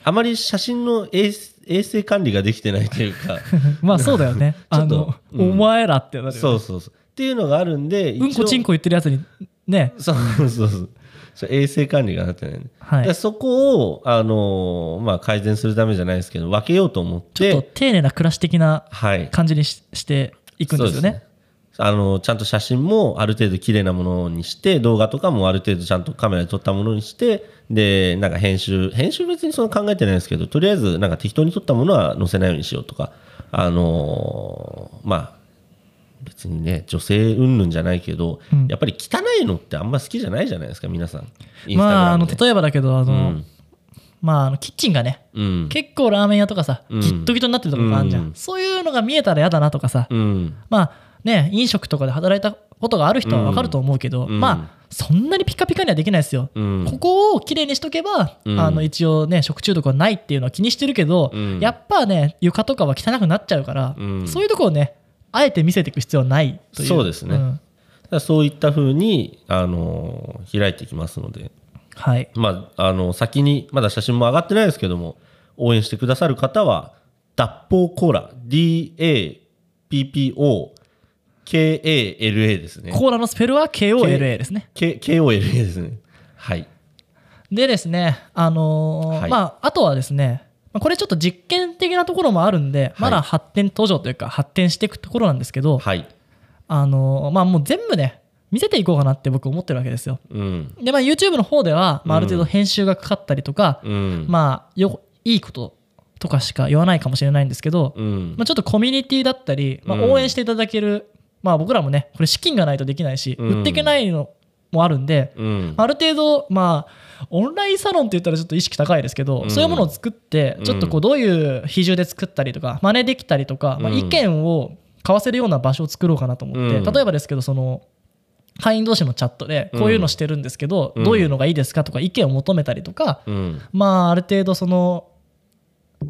あまり写真の衛衛生管理ができてないというか まあ そうだよねちょあっとの、お前らってなるよねそうそうそうっていうのがあるんでうんこちんここ言ってるやつにね そうそうそうそう衛生管理がなってない、はいでそこを、あのーまあ、改善するためじゃないですけど分けようと思っちょてっと丁寧な暮らし的なはい感じにししていくんですよねそうあのちゃんと写真もある程度綺麗なものにして動画とかもある程度ちゃんとカメラで撮ったものにしてでなんか編集編集別にその考えてないですけどとりあえずなんか適当に撮ったものは載せないようにしようとかあのーまあ別にね女性云々じゃないけど、うんやっぱり汚いのってあんま好きじゃないじゃないですか皆さん。インスタグラムでまああの例えばだけどあの、うんまああのキッチンがねうん結構ラーメン屋とかさ、うんギットギットになってるとこがあるじゃん、うんそういうのが見えたら嫌だなとかさ、うんまあね飲食とかで働いたことがある人は分かると思うけど、うんまあそんなにピカピカにはできないですよ、うんここをきれいにしとけば、うんあの一応ね食中毒はないっていうのは気にしてるけど、うんやっぱね床とかは汚くなっちゃうから、うんそういうとこをねあえて見せていく必要はないというそうですねんだからそういった風にあのー開いていきますので、はいまあ、あの先にまだ写真も上がってないですけども応援してくださる方は脱法コーラ DAPPOKALA ですねコーラのスペルは KOLA ですね K- KOLA ですねはいでですね、あのーはいまあ、あとはですね、まあこれちょっと実験的なところもあるんで、まだ発展途上というか、発展していくところなんですけど、はいあのーまあ、もう全部ね、見せていこうかなって僕、思ってるわけですよ。うんで、まあ、YouTube の方では、まあ、ある程度編集がかかったりとか、うんまあ、よいいこととかしか言わないかもしれないんですけど、うんまあ、ちょっとコミュニティだったり、まあ、うん応援していただける、まあ、僕らもね、これ、資金がないとできないし、うん売っていけないのもあるんで、うんある程度まあオンラインサロンって言ったらちょっと意識高いですけど、うんそういうものを作ってうんちょっとこうどういう比重で作ったりとか真似できたりとか、まあ、うん意見を交わせるような場所を作ろうかなと思って、うん例えばですけどその会員同士のチャットでこういうのしてるんですけど、うんどういうのがいいですかとか意見を求めたりとか、うんまあある程度その。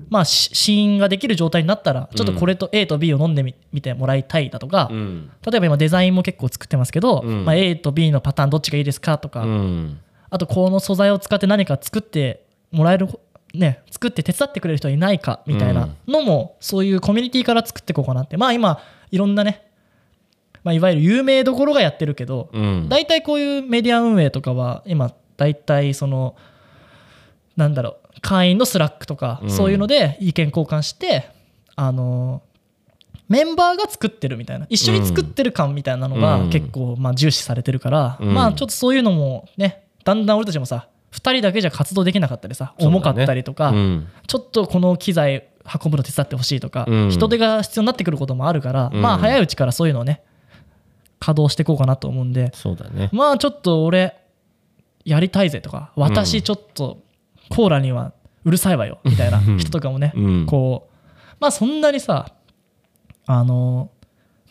まあ、し試飲ができる状態になったらちょっとこれと A と B を飲んでみ見てもらいたいだとか、うん例えば今デザインも結構作ってますけど、うんまあ、A と B のパターンどっちがいいですかとか、うんあとこの素材を使って何か作ってもらえるね作って手伝ってくれる人はいないかみたいなのも、そういうコミュニティから作っていこうかなってまあ今いろんなね、まあ、いわゆる有名どころがやってるけどうん大体、こういうメディア運営とかは今大体そのなんだろう会員のスラックとか、うんそういうので意見交換してあのメンバーが作ってるみたいな一緒に作ってる感みたいなのうがん結構まあ重視されてるから、うんまあちょっとそういうのもねだんだん俺たちもさ2人だけじゃ活動できなかったりさそうだね重かったりとか、うんちょっとこの機材運ぶの手伝ってほしいとか、うん人手が必要になってくることもあるから、うんまあ早いうちからそういうのをね稼働していこうかなと思うんでそうだねまあちょっと俺やりたいぜとか私ちょっとコーラにはうるさいわ よみたいな人とかもね、うんこうまあそんなにさあの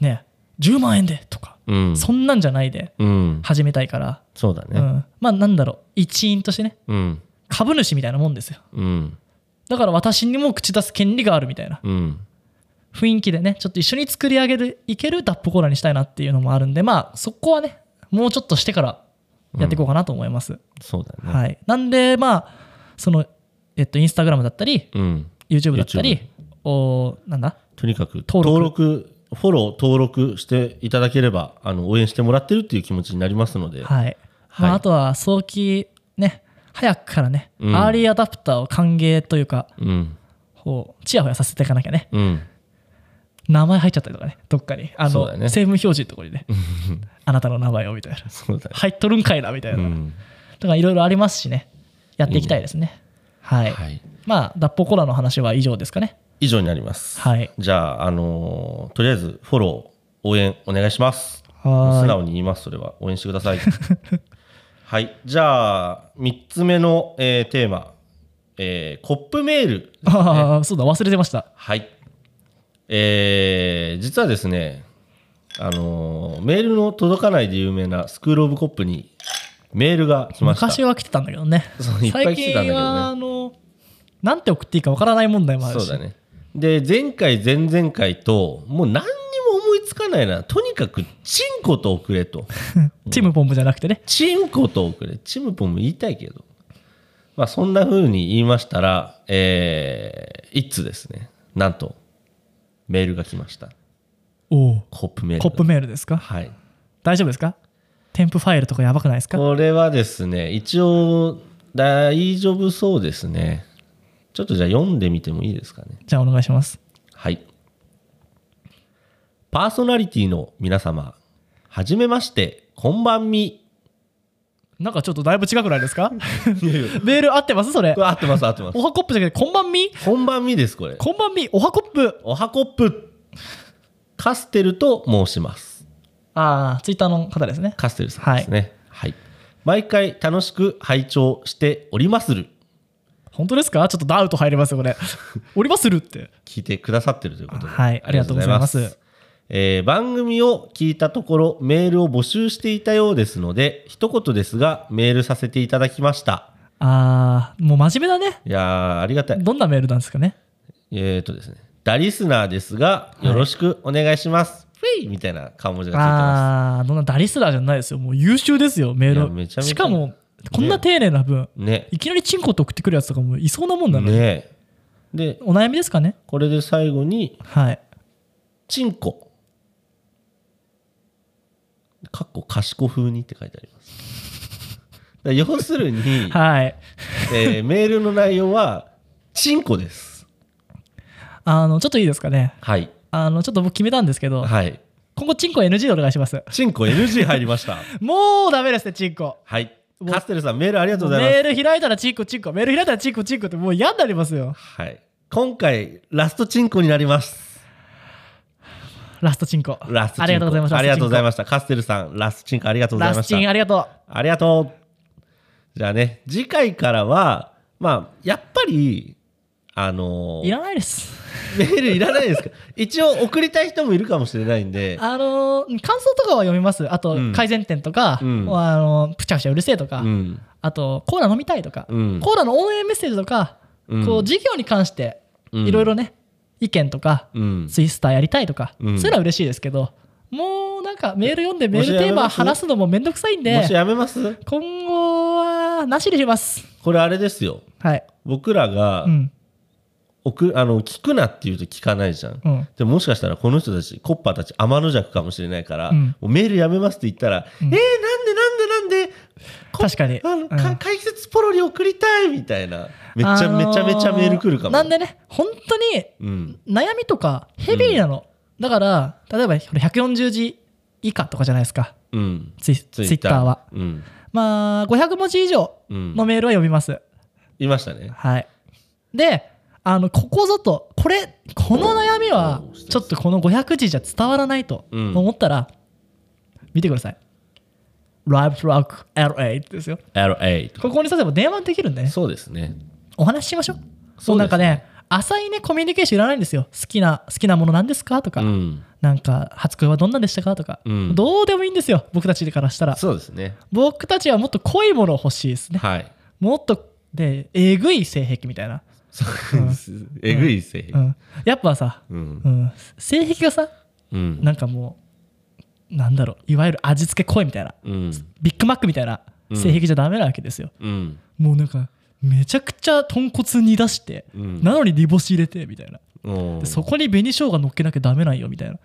ね10万円でとか、うんそんなんじゃないでうん始めたいから、そうだうねん、まあなんだろう一員としてねうん株主みたいなもんですようんだから私にも口出す権利があるみたいなうん雰囲気でねちょっと一緒に作り上げていけるダップコーラにしたいなっていうのもあるんでまあそこはねもうちょっとしてからやっていこうかなと思います、そうだねはい、なんでまあそのえっとインスタグラムだったりうん YouTube だったりおなんだとにかく登登録録フォロー登録していただければあの応援してもらってるっていう気持ちになりますので、はい、はまあ、いあとは早期ね早くからね、うんアーリーアダプターを歓迎というかうんこうちやほやさせていかなきゃねうん名前入っちゃったりとかねどっかにあそうの、だね成分表示のとこ ろにねあなたの名前をみたいなそうだね、入っとるんかいなみたいな、うんとかいろいろありますしねやっていきたいですねはい、はい、まあ脱法コラの話は以上ですかね以上になります、はいじゃあ、あのーとりあえずフォロー応援お願いしますはーい素直に言いますそれは応援してく ださいはいじゃあ3つ目の、えーテーマ、えーコップメール ああそうだ忘れてましたはい。えー実はですね、あのーメールの届かないで有名なスクール・オブ・コップにメールが来ました。昔は来てたんだけどねそういっぱい来てたんだけどね最近はあのなんて送っていいかわからない問題もあるそうしだね。で、前回、前々回と、もう何にも思いつかないな。とにかく、チンコと送れ と。チームポンプじゃなくてねチンコと送れ。チムポンも言いたいけど。まあ、そんな風に言いましたら、えー、一通ですね。なんと、メールが来ました。おおコップメール。コップメールですかはい。大丈夫ですか添付ファイルとかやばくないですかこれはですね一応大丈夫そうですねちょっとじゃあ読んでみてもいいですかねじゃあお願いしますはいパーソナリティの皆様、はじめまして、こんばん み。なんかちょっとだいぶ違くないで すかメール合ってますそれこれ合ってます、合ってますお。はコップじゃなくてこんばんみこんばんみです、これ。こんばんみおはコップおはこっぷ。カステルと申します。ああツイッターの方ですねカステルさんですね。はい。毎回楽しく拝聴しておりまする。本当ですかちょっとダウト入りますよ これおりまするって聞いてくださってるということで。はいありがとうございますありがとうございます。えー番組を聞いたところメールを募集していたようですので一言ですがメールさせていただきましたああもう真面目だねいやーありがたいどんなメールなんですかねえー、とですねダリスナーですがよろしくお願いします、ふいみたいな顔文字がついてまああどんなダリスラーじゃないですよもう優秀ですよメいやーめルちゃめちゃしかもこんな丁寧な分、すねいきなりチンコと送ってくるやつとかもいそうなもんなのねねでお悩みですかねこれで最後にはいチンコ。かっこ賢風にって書いてあります。だから要するに、はいえーメールの内容は、チンコです。あのちょっといいですかねはい。あのちょっと僕決めたんですけどはい。今後チンコ NG でお願いしますチンコ NG 入りま した。もうダメですねチンコはい。カステルさん、メールありがとうございメまール開いたらチンコチンコメール開いたらチンコチンコってもう嫌になりますよす。はい。今回、ラストチンコになります。ラストチンコラストチンコ。ありがとうございますありがとうございまました。カステルさん、ラストチンコありがとうござラいスまトしたチン。ありがとありがとう。じゃあね、次回からは、まあ、やっぱり、あのうーいらないですメールいらないですか一応送りたい人もいるかもしれないんで、あのー感想とかは読みますあと、うん改善点とか、うんあのープチャプチャうるせえとか、うん、あとコーラ飲みたいとか、うんコーラの応援メッセージとか、うんこう事業に関してうんいろいろね、意見とか、うん、ツイスターやりたいとか、うんそういうのは嬉しいですけどもうなんかメール読んでメもーしルやめテーマます話すのもめんどくさいんもでしやめます今後はなしにしますこれあれですよはい僕らがうん送、あの聞くなって言うと聞かないじゃん、うんでももしかしたらこの人たちコッパーたち天の弱かもしれないから、うんもうメールやめますって言ったら、えー、なんでなんでなんでこ確かにあの、うんか解説ポロリ送りたいみたいなめちゃ、あのーめちゃめちゃメール来るかもなんでね本当にうん悩みとかヘビーなの、だから例えばこれ140字以下とかじゃないですかうんツイツイッターはうんまあ500文字以上うんのメールは読みます、いましたねはいであのここぞとこれこの悩みはおーちょっとこの500字じゃ伝わらないとうん思ったら、見てください「ライブトラック LA」ですよ LA とかここにさせば電話できるんでねそうですねお話ししましょうそうですねなんかね浅いねコミュニケーションいらないんですよ好きな好きなものなんですかとか、うんなんか初恋はどんなんでしたかとか、うんどうでもいいんですよ僕たちからしたらそうですね僕たちはもっと濃いもの欲しいですねはいもっとでえぐい性癖みたいな、そう ですえぐい性う癖ん、やっぱさ、うんうん、性癖がさうんなんかもうなんだろういわゆる味付け濃いみたいなうんビッグマックみたいな性癖じゃダメなわけですよ、うんもうなんかめちゃくちゃ豚骨煮出して、うんなのに煮干し入れてみたいなうんでそこに紅生姜乗っけなきゃダメないよみ たいな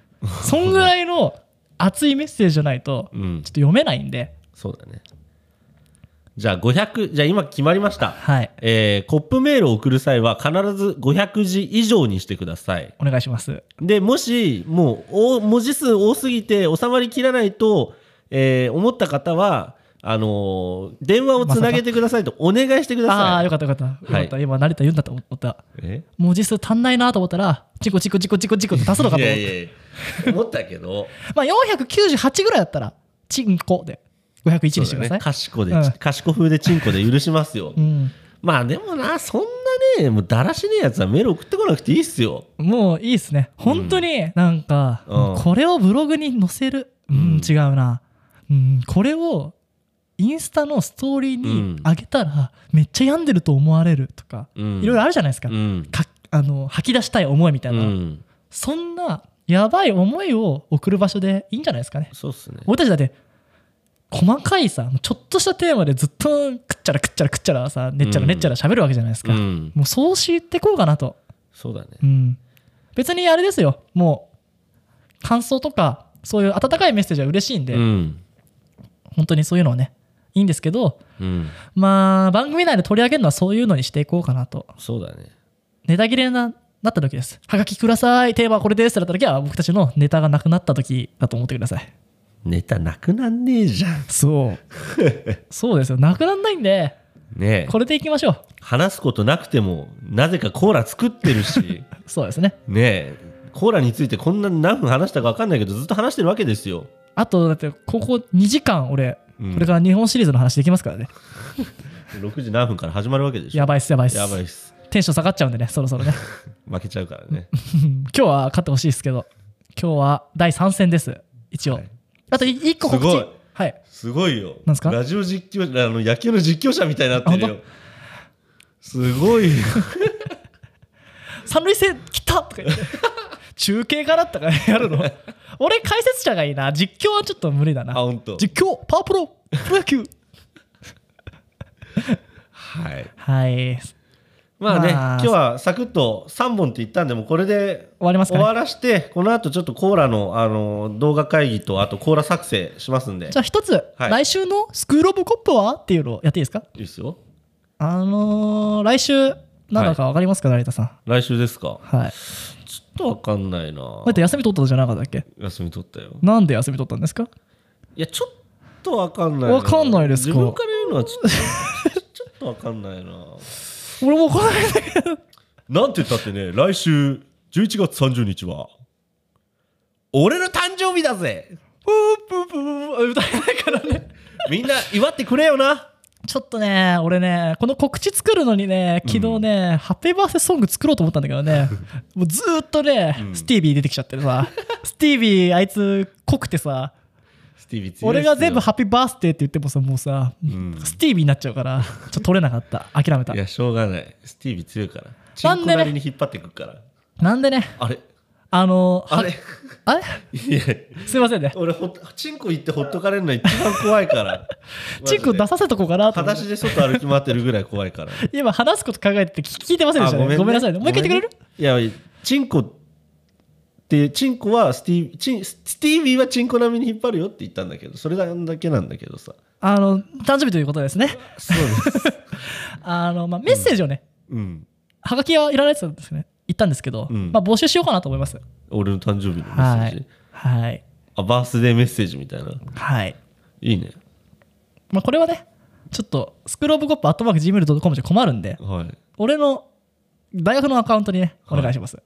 そんぐらいの熱いメッセージじゃないとちうょっんと読めないんで、そうだねじゃあ500じゃあ今決まりましたはいえーコップメールを送る際は必ず500字以上にしてくださいお願いしますでもしもう大文字数多すぎて収まりきらないと、えー思った方はあのー電話をつなげてくださいとお願いしてくだああーさいよかったよかったよかった、はい今成田言うんだと思ったえ文字数足んないなと思ったらチコチコチコチコチコって足すのかと思ったいやいやいや思ったけどまあ498ぐらいだったらチンコで501にしてください賢で、うん賢風でチンコで許しますよ、うんまあでもなそんなねもうだらしねえやつはメール送ってこなくていいっすよもういいですね本当になんか、うんもうこれをブログに載せるうん、うん違うな、うん、これをインスタのストーリーに上げたらめっちゃ病んでると思われるとか、うんいろいろあるじゃないですか,、うんかあの吐き出したい思いみたういな、んそんなやばい思いを送る場所でいいんじゃないですかねそうっすね俺たちだって細かいさちょっとしたテーマでずっとくっちゃらくっちゃらくっちゃらさねっちゃらねっちゃら喋るわけじゃないですうか、んもうそうしてこうかなとそうだねうん、別にあれですよもう感想とかそういう温かいメッセージは嬉しいんで、うん本当にそういうのはねいいんですけどうんまあ番組内で取り上げるのはそういうのにしていこうかなとそうだねネタ切れななった時です。はがきください、テーマはこれですってなった時は、僕たちのネタがなくなった時だと思ってください。ネタなくなんねえじゃん。そう。 そうですよ。なくならないんで、ねえこれでいきましょう。話すことなくても、なぜかコーラ作ってる し、そうですね。ねえコーラについてこんな何分話したか分かんないけど、ずっと話してるわけですよ。あと、だって、ここ2時間、俺、うんこれから日本シリーズの話できますからね。 6時何分から始まるわけでしょ。やばいっす、やばいっす。やばいっす。テンション下がっちゃうんでね、そろそろね。負けちゃうからね。うん今日は勝ってほしいですけど、今日は第3戦です、一応。はいあと1個告すご知い。はい。すごいよ。なんすかラジオ実況、あの野球の実況者みたいになってるよ。すごいよ。三塁線来たとか言って。 中継からとかや るの俺解説者がいいな実況はちょっと無理だなあほんと実況パワープロプロ野球はい。はいまあね、まあ今日はサクッと3本って言ったんで、もうこれで終わりますか終ねわらして、この後ちょっとコーラのあの動画会議と、あとコーラ作成しますんで。じゃあ一つ、はい来週のスクールオブコップはっていうのをやっていいですかいいっすよ。あのー、来週なんだかわかりますか、成田さん来週ですか。はいちょっとわかんないなだっ。て休み取ったじゃなかったっけ休み取ったよ。なんで休み取ったんですかいや、ちょっとわかんない。わかんないですか自分から言うのはちょっと、 ちょっとわかんないな。俺もわかんないん だけどなんて言ったってね、来週11月30日は、俺の誕生日だぜプープープープー歌えないからねみんな祝ってくれよなちょっとね俺ねこの告知作るのにね昨日ね、ハッピーバースデーソング作ろうと思ったんだけ どねもうずーっとね、スティービー出てきちゃってるさスティービーあいつ濃くて さスティービー強いっすよ俺が全部ハッピーバースデーって言ってもさもうさ、んスティービーになっちゃ うからちょっと取れなかった諦めたいや、しょうがない。スティービー強いから。チンコなりに引っ張ってくから。なんでねあれあのはあれあれいや、すいませんね俺ほっ、チンコ行ってほっとかれるの一番怖いから。 チンコ出ささせとこうかなと思裸って足で外歩き回ってるぐらい怖いから。今話すこと考えてて聞聞いてませんでしたねごめねんなさいねもう一回言ってくれるいや、チンコって、チンコはスティービー、チンスティービーはチンコ並みに引っ張るよって言ったんだけど、それだけなんだけどさ。あの誕生日ということですねそうです。あの、まあ、メッセージをね、 うん。はがきはいらないやつなんですね言ったんですけど、うんまあ、募集しようかなと思います俺の誕生日のメッセはージい。はいあ、バースデーメッセージみたいな。はい、いいね。まあ、これはねちょっとスクローブコップアットマーク Gmail.com じゃ困るんではい。俺の大学のアカウントにねお願いします、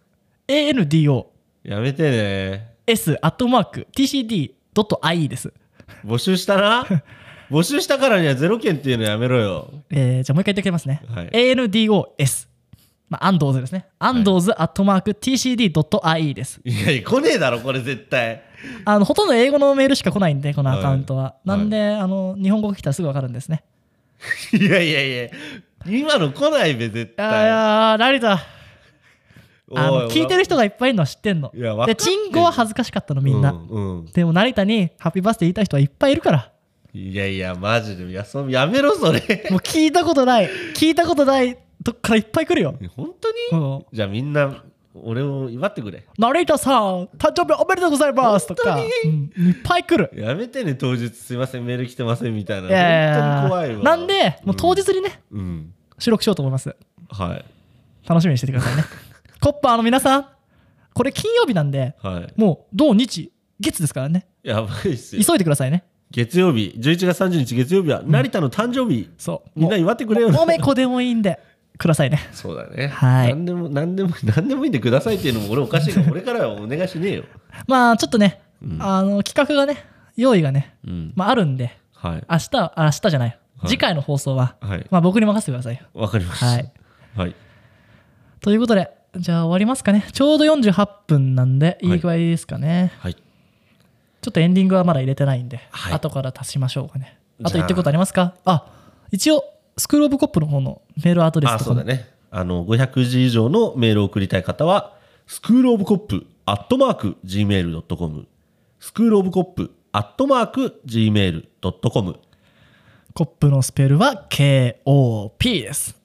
ANDOS やめてね。アットマーク TCD.ie です、募集したな 募集したからにはゼロ件っていうのやめろよ。えーじゃあもう一回言ってくれますね、はい ANDOS まあ、アンドーズですね。アンドーズアットマーク TCD.ie です。いや、来ねえだろ、これ絶対。あの、ほとんど英語のメールしか来ないんで、このアカウントは。いなんで、あの、日本語が来たらすぐわかるんですね。いやいやいや、今の来ないべ、絶いや対。ー、成田、あの聞いてる人がいっぱいいるのは知ってんの。いやわかで、ってるチンコは恥ずかしかったの、みんな。うんうんでも、成田にハッピーバースデー言いたい人はいっぱいい るから。いやいや、マジで、いやそやめろ、それ。 もう聞いたことない、聞いたことないとこからいっぱい来るよ。本当に、うんじゃあみんな、俺を祝ってくれ。成田さん、誕生日おめでとうございますとか、うんいっぱい来る。やめてね、当日、すいません、メール来てませんみたいな。い本や当に怖いいやわ。なんで、もう当日にね、うん。収録しようと思います。はい。楽しみにしててくだ さいね。コッパーの皆さん、これ金曜日なんで、はい。もう土日、月ですからね。やばいっすよ。急いでくださいね。月曜日、11月30日月曜日は、成田の誕生日。そう。みんな祝ってくれよ。もめこでもいいんで、くださいね。そうだね。はい何でも、何でも、 何でもいいんでくださいっていうのも俺おかしいから、俺からはお願いしねえよ。まあ、ちょっとね、あの、企画がね、用意がね、うん。まあ、あるんで、はい。明日、あ明日じゃない、い次回の放送は、はいまあ、僕に任せてくださいよ。わかりました。ははいい。ということで、じゃあ終わりますかね。ちょうど48分なんで、いはいい具合ですかね。はい。ちょっとエンディングはまだ入れてないんで、はい後から足しましょうかね。あとじゃあ言ってることありますかあ、一応、スクールオブコップの方のメールアドレスあ、とそうかもだね。あの、500字以上のメールを送りたい方は、スクールオブコップアットマーク Gmail.com、スクールオブコップアットマーク Gmail.com。コップのスペルは KOP です。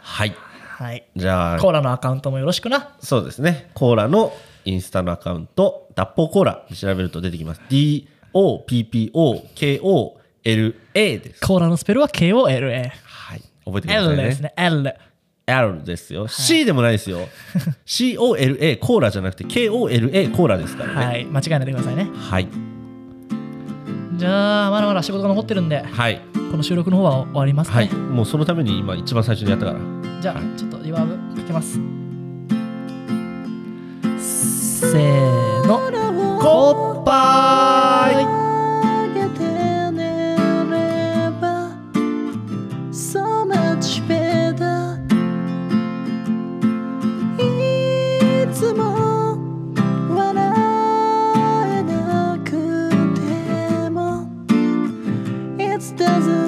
はい。はい。じゃあ、コーラのアカウントもよろしくな。そうですね。コーラのインスタのアカウント、脱法コーラで調べると出てきます。D-O-P-P-O-K-O-L-A です。コーラのスペルは KOLA。はい。覚えてくださ L いね。ですね、L。 L ですよ、C でもない ですよ COLA コーラじゃなくて KOLA コーラですからねはい間違えないでくださいねはいじゃあまだまだ仕事が残ってるんではいこの収録の方は終わりますね、はい、もうそのために今一番最初にやったからじゃはあちょっとリバーブかけますせーのコッパーイ「いつだぞ